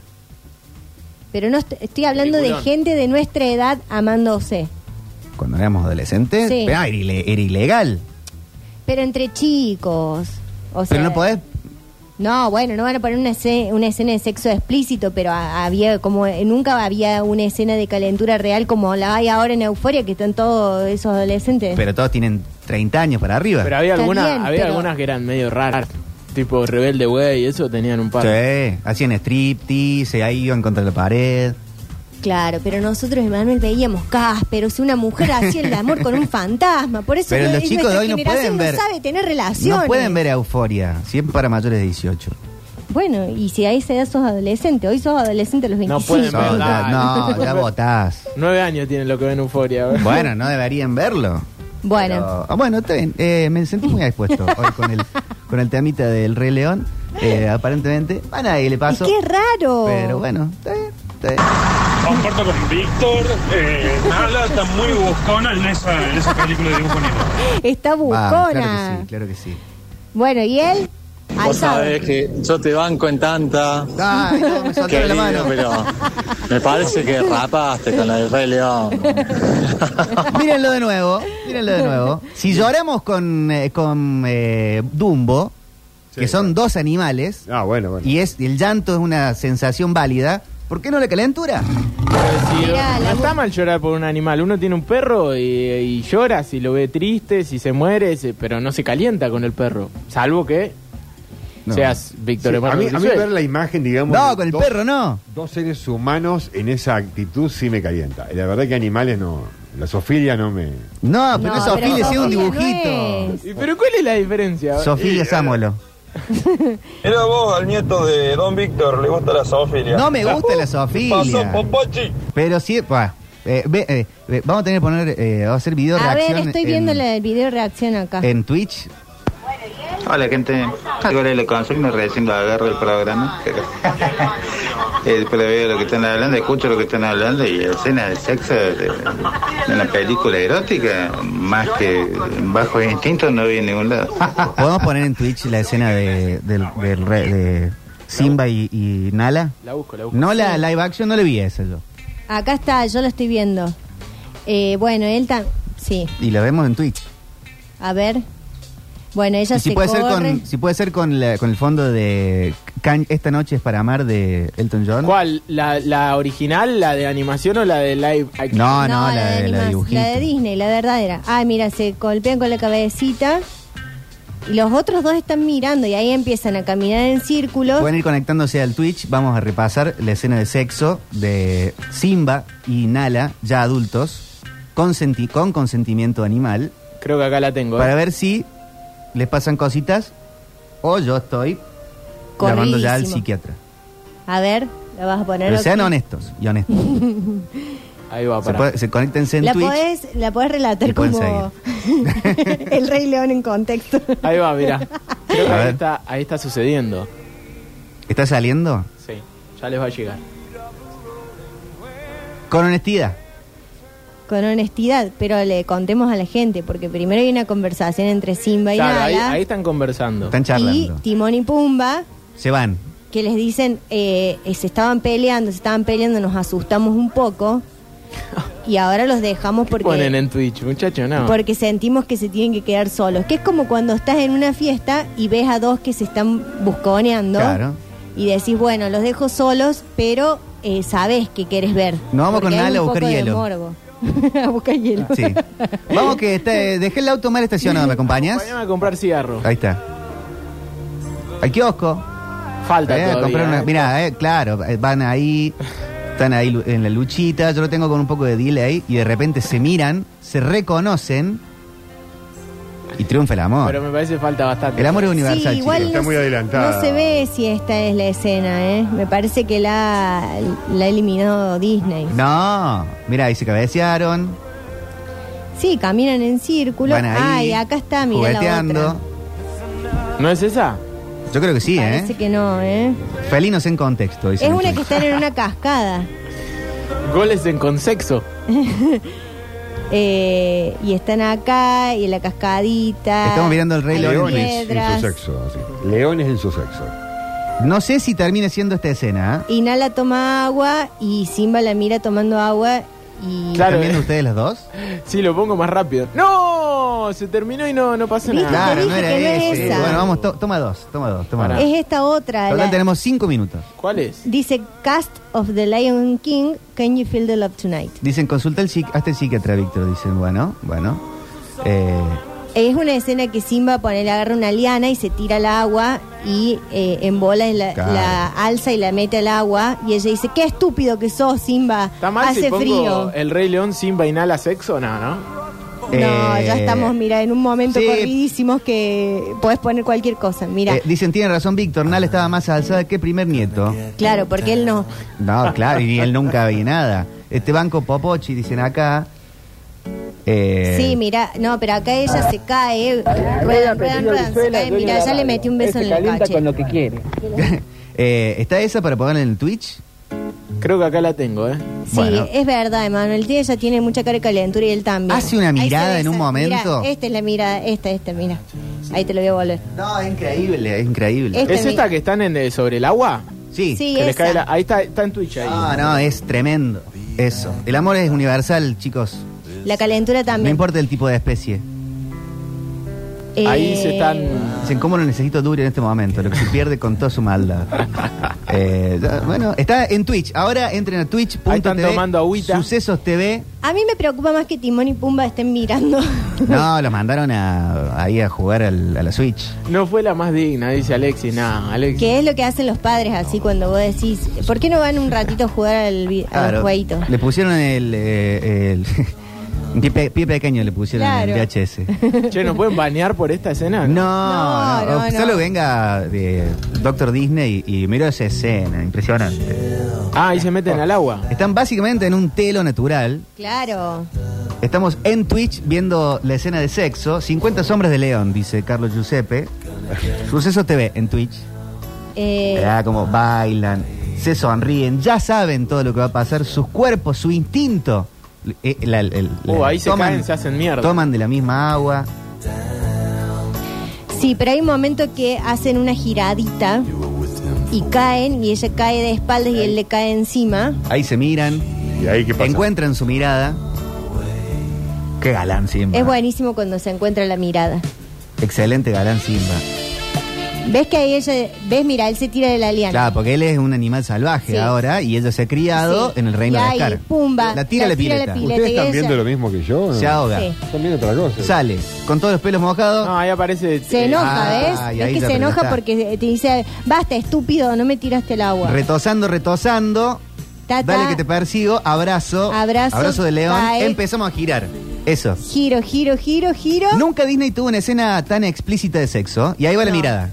Speaker 4: Pero no est- estoy hablando
Speaker 8: Peliculón.
Speaker 4: de gente de nuestra edad amándose.
Speaker 6: Cuando éramos adolescentes,
Speaker 4: Sí.
Speaker 6: pero, ah, era, ile- era ilegal.
Speaker 4: Pero entre chicos. O sea,
Speaker 6: pero no podés
Speaker 4: No, bueno, no van a poner una, esce- una escena de sexo explícito, pero a- había como nunca había una escena de calentura real como la hay ahora en Euforia, que están todos esos adolescentes.
Speaker 6: Pero todos tienen 30 años para arriba.
Speaker 8: Pero había,
Speaker 4: Está
Speaker 8: alguna,
Speaker 4: bien,
Speaker 8: había
Speaker 4: pero-
Speaker 8: algunas que eran medio raras. Tipo Rebelde Güey, eso tenían un par.
Speaker 6: Sí, hacían striptease, ahí iban contra la pared.
Speaker 4: Claro, pero nosotros, Emanuel, veíamos Casper, o sea, una mujer hacía el amor con un fantasma. Por eso
Speaker 6: Pero
Speaker 4: no-
Speaker 6: los
Speaker 4: es
Speaker 6: chicos de
Speaker 4: nuestra
Speaker 6: hoy no
Speaker 4: generación
Speaker 6: pueden ver.
Speaker 4: sabe tener relaciones.
Speaker 6: No pueden ver Euforia, siempre para mayores de 18.
Speaker 4: Bueno, y si a esa edad sos adolescente, hoy sos adolescente a los
Speaker 8: No
Speaker 4: 25.
Speaker 8: pueden ver
Speaker 6: Son-
Speaker 8: nada.
Speaker 6: no, ya votás.
Speaker 8: Nueve años tienen lo que ven Euforia. ¿verdad?
Speaker 6: Bueno, no deberían verlo.
Speaker 4: Bueno,
Speaker 6: Pero- ah, bueno, está bien. Eh, me sentí muy expuesto hoy con el, con el temita del Rey León. Eh, aparentemente, a nadie le pasó.
Speaker 4: y qué raro.
Speaker 6: Pero bueno, está bien, está bien.
Speaker 13: Comparto con Víctor, eh, Nala está muy buscona en esa, en esa película de dibujo animado.
Speaker 4: Está
Speaker 6: Va,
Speaker 4: bucona.
Speaker 6: Ah, claro que sí, claro que sí.
Speaker 4: Bueno, ¿y él? Alzado.
Speaker 14: Vos sabés que yo te banco en tanta.
Speaker 6: Ay, no, me soltaron la
Speaker 14: Querido,
Speaker 6: mano.
Speaker 14: pero me parece que rapaste con la del Rey León.
Speaker 6: Mírenlo de nuevo, mírenlo de nuevo. Si lloramos con, eh, con eh, Dumbo, que son dos animales,
Speaker 5: Ah, bueno, bueno.
Speaker 6: y es el llanto es una sensación válida, ¿por qué no la calentura?
Speaker 8: Pero si-
Speaker 4: Mirá,
Speaker 8: no
Speaker 4: la-
Speaker 8: está mal llorar por un animal. Uno tiene un perro y, y llora si lo ve triste, si se muere, si- pero no se calienta con el perro. Salvo que
Speaker 6: No.
Speaker 8: seas Víctor
Speaker 5: Sí, a, mí,
Speaker 8: Emanuel
Speaker 5: a mí
Speaker 8: Brizuela.
Speaker 5: ver la imagen, digamos.
Speaker 6: No,
Speaker 5: de
Speaker 6: con el
Speaker 5: dos-
Speaker 6: perro no.
Speaker 5: Dos seres humanos en esa actitud sí me calienta. Y La verdad que animales no. La sofilia no me.
Speaker 6: No, pero no,
Speaker 4: No,
Speaker 6: es
Speaker 4: pero
Speaker 6: Sofía, es un
Speaker 4: Sofía no
Speaker 6: dibujito.
Speaker 4: es.
Speaker 8: ¿Y ¿Pero cuál es la diferencia?
Speaker 6: Sofía, Sámolo.
Speaker 7: Era vos, al nieto de Don Víctor, le gusta la zoofilia.
Speaker 6: No me gusta la zoofilia.
Speaker 7: Pasó, Popochi.
Speaker 6: Pero sí, va, eh, ve- eh, ve, vamos a tener que poner, eh, vamos a hacer video
Speaker 4: A ver,
Speaker 6: reacción.
Speaker 4: estoy
Speaker 6: en- Eh.
Speaker 4: viendo la- el video reacción acá.
Speaker 6: en Twitch.
Speaker 2: Hola gente, ¿cuál es la consigna? Recién lo agarro el programa.
Speaker 15: Eh, después la veo lo que están hablando, escucho lo que están hablando y escena de sexo de, de una película erótica, más que bajo instinto, no vi en ningún lado.
Speaker 6: ¿Podemos poner en Twitch la escena de, del, del re- de Simba y, y Nala?
Speaker 8: La busco, la busco.
Speaker 6: No la live action, no le vi esa yo.
Speaker 4: Acá está, yo lo estoy viendo. Eh, bueno, él tan. Sí,
Speaker 6: Y la vemos en Twitch.
Speaker 4: a ver. Bueno, ella
Speaker 6: Y si
Speaker 4: se
Speaker 6: puede, ser
Speaker 4: corre.
Speaker 6: con, si puede ser con, la- con el fondo de Can- Esta noche es para amar de Elton John.
Speaker 8: ¿Cuál? ¿La, la original, la de animación o la de live action?
Speaker 6: No, no, la, de, la
Speaker 4: Más,
Speaker 6: dibujito.
Speaker 4: la de Disney, la verdadera. Ah, mira, se golpean con la cabecita. Y los otros dos están mirando y ahí empiezan a caminar en círculos.
Speaker 6: Pueden ir conectándose al Twitch. Vamos a repasar la escena de sexo de Simba y Nala, ya adultos, consenti- con consentimiento animal,
Speaker 8: Creo que acá la tengo. ¿eh?
Speaker 6: para ver si les pasan cositas o yo estoy llamando ya al
Speaker 4: Corridísimo.
Speaker 6: psiquiatra.
Speaker 4: A ver, la vas a poner.
Speaker 6: Pero
Speaker 4: aquí.
Speaker 6: sean honestos y honestos.
Speaker 8: Ahí va,
Speaker 6: Se,
Speaker 8: para.
Speaker 6: puede- se conéctense en
Speaker 4: La
Speaker 6: Twitch.
Speaker 4: podés, la podés relatar
Speaker 6: Y pueden
Speaker 4: como el Rey León en contexto.
Speaker 8: Ahí va, mira. Creo que
Speaker 6: A
Speaker 8: ahí
Speaker 6: ver.
Speaker 8: está, ahí está sucediendo.
Speaker 6: ¿Está saliendo?
Speaker 8: Sí, ya les va a llegar.
Speaker 6: Con honestidad.
Speaker 4: Con honestidad, pero le contemos a la gente, porque primero hay una conversación entre Simba y
Speaker 8: Claro, ahí,
Speaker 4: Nala
Speaker 8: ahí están conversando.
Speaker 6: Están
Speaker 4: y
Speaker 6: charlando.
Speaker 4: Timón y Pumba,
Speaker 6: Se van.
Speaker 4: que les dicen, eh, eh, se estaban peleando, se estaban peleando, nos asustamos un poco y ahora los dejamos
Speaker 8: Ponen
Speaker 4: porque,
Speaker 8: en Twitch, muchachos, no.
Speaker 4: porque sentimos que se tienen que quedar solos. Que es como cuando estás en una fiesta y ves a dos que se están busconeando
Speaker 6: Claro.
Speaker 4: y decís, bueno, los dejo solos, pero eh, sabés que querés ver.
Speaker 6: Nos vamos
Speaker 4: Porque hay
Speaker 6: con Nala a
Speaker 4: un
Speaker 6: buscar
Speaker 4: poco de
Speaker 6: hielo.
Speaker 4: morbo. a buscar hielo.
Speaker 6: Sí. Vamos que está, dejé el auto mal estacionado, ¿me acompañas?
Speaker 8: Vayan a comprar cigarro.
Speaker 6: Ahí está. Al kiosco.
Speaker 8: Falta
Speaker 6: Eh, a
Speaker 8: todavía,
Speaker 6: comprar una-
Speaker 8: ¿eh?
Speaker 6: mirá, eh, claro, eh, van ahí, están ahí lu- en la luchita, yo lo tengo con un poco de delay y de repente se miran, se reconocen y triunfa el amor.
Speaker 8: Pero me parece falta bastante.
Speaker 6: El amor es universal,
Speaker 4: Sí, igual
Speaker 6: chicos.
Speaker 4: no se- No se ve si esta es la escena, ¿eh? Me parece que la, la ha eliminado Disney.
Speaker 6: No, mira, ahí se cabecearon,
Speaker 4: Sí, caminan en círculo.
Speaker 6: van ahí,
Speaker 4: Ay, acá está, mira la
Speaker 6: jugueteando.
Speaker 4: otra.
Speaker 8: ¿No es esa?
Speaker 6: Yo creo que sí,
Speaker 4: Parece
Speaker 6: ¿eh?
Speaker 4: que no, ¿eh?
Speaker 6: Felinos en contexto.
Speaker 4: Es
Speaker 6: dicen
Speaker 4: una
Speaker 6: muchos.
Speaker 4: que está en una cascada.
Speaker 8: Goles en consexo.
Speaker 4: Eh, y están acá, y en la cascadita.
Speaker 6: Estamos mirando el Rey
Speaker 4: hay
Speaker 6: León en
Speaker 5: Leones en
Speaker 4: piedras.
Speaker 5: su sexo. así. Leones en su sexo.
Speaker 6: No sé si termina siendo esta escena, ¿eh?
Speaker 4: Inhala toma agua y Simba la mira tomando agua y...
Speaker 8: Claro.
Speaker 6: ¿Están viendo ustedes las dos?
Speaker 8: Sí, lo pongo más rápido. ¡No! Se terminó y no, no pasa
Speaker 4: ¿Viste?
Speaker 8: nada.
Speaker 4: Te dije que no es
Speaker 6: ese.
Speaker 4: esa.
Speaker 6: Bueno, vamos, to- toma dos, toma dos, toma
Speaker 8: Pará.
Speaker 6: dos.
Speaker 4: Es esta otra.
Speaker 6: Total,
Speaker 4: la-
Speaker 6: tenemos cinco minutos.
Speaker 8: ¿Cuál es?
Speaker 4: Dice Cast of the Lion King, Can You Feel the Love Tonight?
Speaker 6: Dicen, consulta el psiqui- hasta el psiquiatra, Víctor. Dicen, bueno, bueno. Eh,
Speaker 4: Es una escena que Simba pone, le agarra una liana y se tira al agua y eh, embola en la,
Speaker 6: Claro.
Speaker 4: la alza y la mete al agua. Y ella dice, qué estúpido que sos, Simba.
Speaker 8: ¿Está mal
Speaker 4: Hace
Speaker 8: si pongo eh,
Speaker 4: frío.
Speaker 8: el Rey León sin vainala sexo? No, ¿no?
Speaker 6: eh,
Speaker 4: No, ya estamos, mira, en un momento
Speaker 6: sí.
Speaker 4: corridísimos que podés poner cualquier cosa. Mira,
Speaker 6: eh, dicen, tiene razón, Víctor. Nala estaba más alzada que primer nieto.
Speaker 4: claro, porque él no.
Speaker 6: No, claro, y él nunca veía nada. Este banco Popochi, dicen acá. Eh,
Speaker 4: Sí, mira, no, pero acá ella se cae, eh, ruedan, ruedan, ruedan, se cae. Mira, Eh, ya le metí un beso en el cachete.
Speaker 12: que quiere.
Speaker 6: eh, ¿Está esa para pagar en el Twitch?
Speaker 8: Creo que acá la tengo, ¿eh?
Speaker 4: Sí,
Speaker 6: Bueno.
Speaker 4: es verdad, Emanuel. Tía ya tiene mucha cara de calentura y él también.
Speaker 6: Hace una
Speaker 4: Ahí se
Speaker 6: mirada en
Speaker 4: besa.
Speaker 6: un momento.
Speaker 4: Mirá, esta es la mirada, esta, esta, mira. Ahí te lo voy a volver.
Speaker 6: No, es increíble, es increíble.
Speaker 4: Esta
Speaker 8: ¿Es
Speaker 4: mi-
Speaker 8: esta que están en, eh, sobre el agua?
Speaker 6: Sí.
Speaker 4: Sí,
Speaker 8: Que les
Speaker 4: esa.
Speaker 8: cae la- Ahí está, está en Twitch ahí.
Speaker 6: No, no, es tremendo. Eso. El amor es universal, chicos.
Speaker 4: La calentura
Speaker 6: No
Speaker 4: también.
Speaker 6: importa el tipo de especie.
Speaker 4: Eh,
Speaker 8: Ahí se están...
Speaker 6: Dicen, ¿cómo lo necesito duro en este momento? Lo que se pierde con toda su maldad. Eh, ya, bueno, está en Twitch. Ahora entren a
Speaker 8: Ahí están
Speaker 6: twitch.tv.
Speaker 8: tomando agüita.
Speaker 6: Sucesos TV.
Speaker 4: A mí me preocupa más que Timón y Pumba estén mirando.
Speaker 6: No, los mandaron a, ahí a jugar al- a la Switch.
Speaker 8: No fue la más digna, dice Alexis. No, Alexis.
Speaker 4: que es lo que hacen los padres así cuando vos decís, ¿por qué no van un ratito a jugar al, vi- al
Speaker 6: Claro.
Speaker 4: jueguito?
Speaker 6: Le pusieron el. eh, el- un pie, pe- pie pequeño le pusieron
Speaker 4: Claro.
Speaker 6: el VHS.
Speaker 8: Che, ¿nos pueden banear por esta escena?
Speaker 6: No, no,
Speaker 4: no, no.
Speaker 6: o solo venga de Doctor Disney y, y miró esa escena, impresionante.
Speaker 8: Ah, ahí se meten al agua.
Speaker 6: Están básicamente en un telo natural.
Speaker 4: Claro.
Speaker 6: Estamos en Twitch viendo la escena de sexo. 50 sombras de León, dice Carlos Giuseppe. Suceso TV en Twitch.
Speaker 4: Eh,
Speaker 6: Verá cómo bailan, se sonríen, ya saben todo lo que va a pasar, sus cuerpos, su instinto. eh, la- el-
Speaker 8: Uh,
Speaker 6: la-
Speaker 8: ahí se caen, se hacen mierda.
Speaker 6: Toman de la misma agua.
Speaker 4: Sí, pero hay un momento que hacen una giradita y caen, y ella cae de espaldas y él le cae encima.
Speaker 6: Ahí se miran.
Speaker 5: ¿Y ahí qué pasa?
Speaker 6: Encuentran su mirada. Qué galán Simba.
Speaker 4: Es buenísimo cuando se encuentra la mirada.
Speaker 6: Excelente galán Simba.
Speaker 4: ¿Ves que ahí ella, ves, mira, él se tira de la liana.
Speaker 6: Claro, porque él es un animal salvaje
Speaker 4: Sí.
Speaker 6: ahora y ella se ha criado
Speaker 4: Sí.
Speaker 6: en el reino
Speaker 4: Y
Speaker 6: de
Speaker 4: ahí,
Speaker 6: las caras.
Speaker 4: pumba,
Speaker 6: La tira a
Speaker 4: la
Speaker 6: la
Speaker 4: tira a
Speaker 6: pileta.
Speaker 4: la pileta
Speaker 5: ¿Ustedes están viendo lo mismo que yo?
Speaker 6: Se ahoga.
Speaker 4: Sí.
Speaker 5: Están viendo otra cosa.
Speaker 6: Sale, con todos los pelos mojados.
Speaker 8: No, ahí aparece.
Speaker 4: Se
Speaker 8: eh,
Speaker 4: enoja,
Speaker 6: ah,
Speaker 4: ¿ves?
Speaker 6: y ahí
Speaker 4: Es que
Speaker 6: ya
Speaker 4: se enoja
Speaker 6: está.
Speaker 4: porque te dice, basta, estúpido, no me tiraste el agua.
Speaker 6: retosando, retosando.
Speaker 4: Ta, ta.
Speaker 6: Dale que te persigo, abrazo.
Speaker 4: Abrazo,
Speaker 6: de león.
Speaker 4: cae.
Speaker 6: Empezamos a girar. Eso.
Speaker 4: Giro, giro, giro, giro.
Speaker 6: Nunca Disney tuvo una escena tan explícita de sexo. Y ahí va la
Speaker 4: No.
Speaker 6: mirada.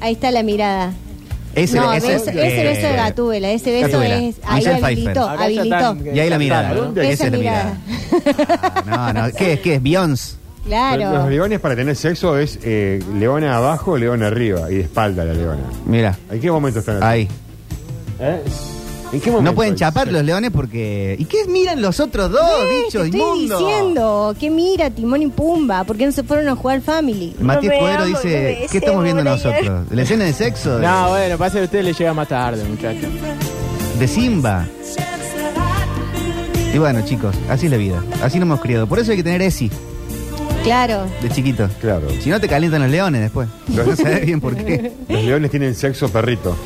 Speaker 4: Ahí está la mirada.
Speaker 6: Ese,
Speaker 4: no,
Speaker 6: ese-
Speaker 4: beso- ese
Speaker 6: eh,
Speaker 4: beso de Gatúbela, ese beso
Speaker 6: Gatúbela.
Speaker 4: es. Ahí
Speaker 6: Michelle
Speaker 4: habilitó,
Speaker 6: Pfeiffer.
Speaker 4: habilitó.
Speaker 6: Y ahí la mirada.
Speaker 5: ¿Dónde?
Speaker 6: Esa es la mirada. No, no. ¿Qué es? ¿Qué es? Beyoncé.
Speaker 5: Los
Speaker 4: Claro.
Speaker 5: leones para tener sexo es eh, leona abajo, leona arriba y de espalda la leona.
Speaker 6: Mira,
Speaker 5: ¿En qué momento están así?
Speaker 6: ahí.
Speaker 5: ¿Eh? ¿En qué momento?
Speaker 6: No pueden
Speaker 5: es?
Speaker 6: chapar los leones porque. ¿Y qué miran los otros dos,
Speaker 4: Eh,
Speaker 6: bicho
Speaker 4: te estoy
Speaker 6: inmundo?
Speaker 4: diciendo que mira Timón y Pumba, ¿por qué no se fueron a jugar Family?
Speaker 6: Matías Cuero dice: ¿Qué estamos viendo nosotros? ¿La escena de sexo? de-
Speaker 8: No, bueno, pasa que a ustedes les llega más tarde, muchachos.
Speaker 6: de Simba. Y bueno, chicos, así es la vida. Así nos hemos criado. Por eso hay que tener ESI
Speaker 4: Claro.
Speaker 6: de chiquito.
Speaker 5: Claro.
Speaker 6: Si no, te calientan los leones después. No sabes bien por qué.
Speaker 5: Los leones tienen sexo perrito.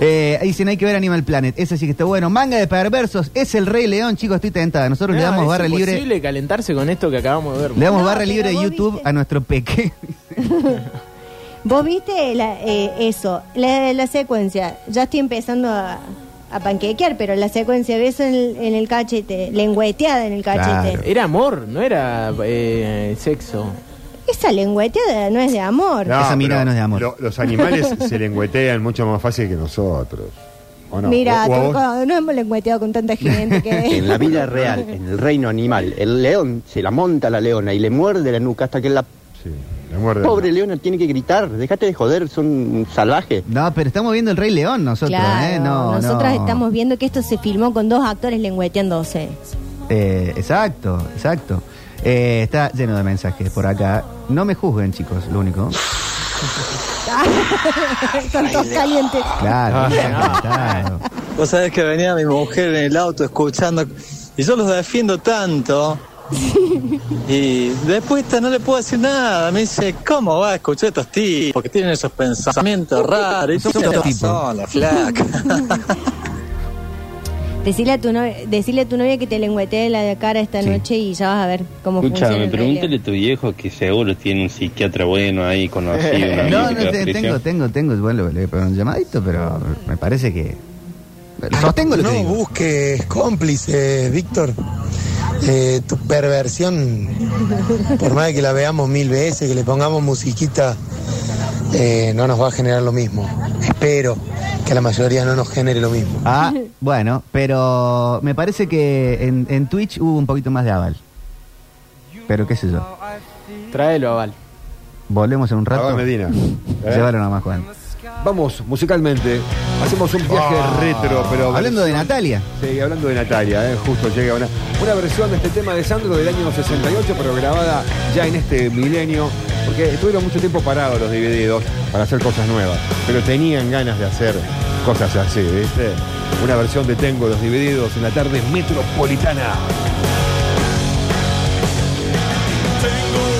Speaker 6: Eh, dicen, hay que ver Animal Planet. Ese sí que está bueno. Manga de perversos. Es el Rey León, chicos. Estoy tentada. Nosotros le
Speaker 8: No,
Speaker 6: damos
Speaker 8: Ah, es
Speaker 6: barra libre.
Speaker 8: imposible calentarse con esto que acabamos de ver.
Speaker 6: Le damos
Speaker 4: No,
Speaker 6: barra
Speaker 4: pero
Speaker 6: libre de
Speaker 4: vos
Speaker 6: YouTube a nuestro peque.
Speaker 4: Vos viste la- eh, eso, la, la secuencia. Ya estoy empezando a, a panquequear, pero la secuencia, beso en el, en el cachete, lengüeteada en el cachete.
Speaker 6: Claro.
Speaker 8: Era amor, no era eh, sexo.
Speaker 4: Esa lengüeteada no es de amor.
Speaker 5: No,
Speaker 6: Esa mirada
Speaker 5: pero
Speaker 6: no es de amor.
Speaker 5: lo- los animales se lengüetean mucho más fácil que nosotros. ¿O no?
Speaker 4: Mira,
Speaker 5: ¿O- o a
Speaker 4: Turco,
Speaker 5: vos?
Speaker 4: no hemos lengüeteado con tanta gente que...
Speaker 16: En la vida real, en el reino animal, el león se la monta a la leona y le muerde la nuca hasta que la
Speaker 5: Sí, la muerde.
Speaker 16: pobre leona tiene que gritar. Dejate de joder, son salvajes.
Speaker 6: No, pero estamos viendo el Rey León nosotros,
Speaker 4: Claro,
Speaker 6: ¿eh? No,
Speaker 4: nosotras
Speaker 6: no.
Speaker 4: estamos viendo que esto se filmó con dos actores lengüeteándose.
Speaker 6: Eh, exacto, exacto. Eh, está lleno de mensajes por acá. No me juzguen, chicos, lo único.
Speaker 4: Son todos calientes.
Speaker 6: Claro, claro.
Speaker 14: Vos sabés que venía mi mujer en el auto escuchando y yo los defiendo tanto. Y después esta no le puedo decir nada. Me dice, ¿cómo va a escuchar estos tipos que tienen esos pensamientos raros? Y
Speaker 6: Son
Speaker 14: tiene
Speaker 6: otro tipo.
Speaker 14: razón, la flaca.
Speaker 4: Decirle a tu novia, decirle a tu novia que te lengüetee la cara esta noche y ya vas a ver cómo funciona.
Speaker 17: Escúchame,
Speaker 4: el
Speaker 17: pregúntale a tu viejo que seguro tiene un psiquiatra bueno ahí conocido. un amigo
Speaker 6: No,
Speaker 17: que te
Speaker 6: no, te-
Speaker 17: lo ofreció.
Speaker 6: tengo, tengo, tengo, bueno, le voy a pegar un llamadito, pero me parece que... Sostengo lo que
Speaker 18: No
Speaker 6: digo.
Speaker 18: busques cómplices, Víctor. Eh, tu perversión, por más de que la veamos mil veces, que le pongamos musiquita, eh, no nos va a generar lo mismo. Espero que a la mayoría no nos genere lo mismo.
Speaker 6: Ah, bueno, pero me parece que en, en Twitch hubo un poquito más de aval. Pero qué sé yo.
Speaker 8: Tráelo, Aval.
Speaker 6: Volvemos en un rato.
Speaker 5: Aval Medina. ¿Eh?
Speaker 6: Llévalo nomás, Juan.
Speaker 5: Vamos, musicalmente. Hacemos un viaje
Speaker 6: Ah.
Speaker 5: retro, pero.
Speaker 6: Hablando de Natalia.
Speaker 5: Sí, hablando de Natalia, eh, justo llega una, una versión de este tema de Sandro del año 68, pero grabada ya en este milenio, porque estuvieron mucho tiempo parados los divididos para hacer cosas nuevas, pero tenían ganas de hacer cosas así, ¿viste? Una versión de Tengo los divididos en la tarde metropolitana.
Speaker 13: Tengo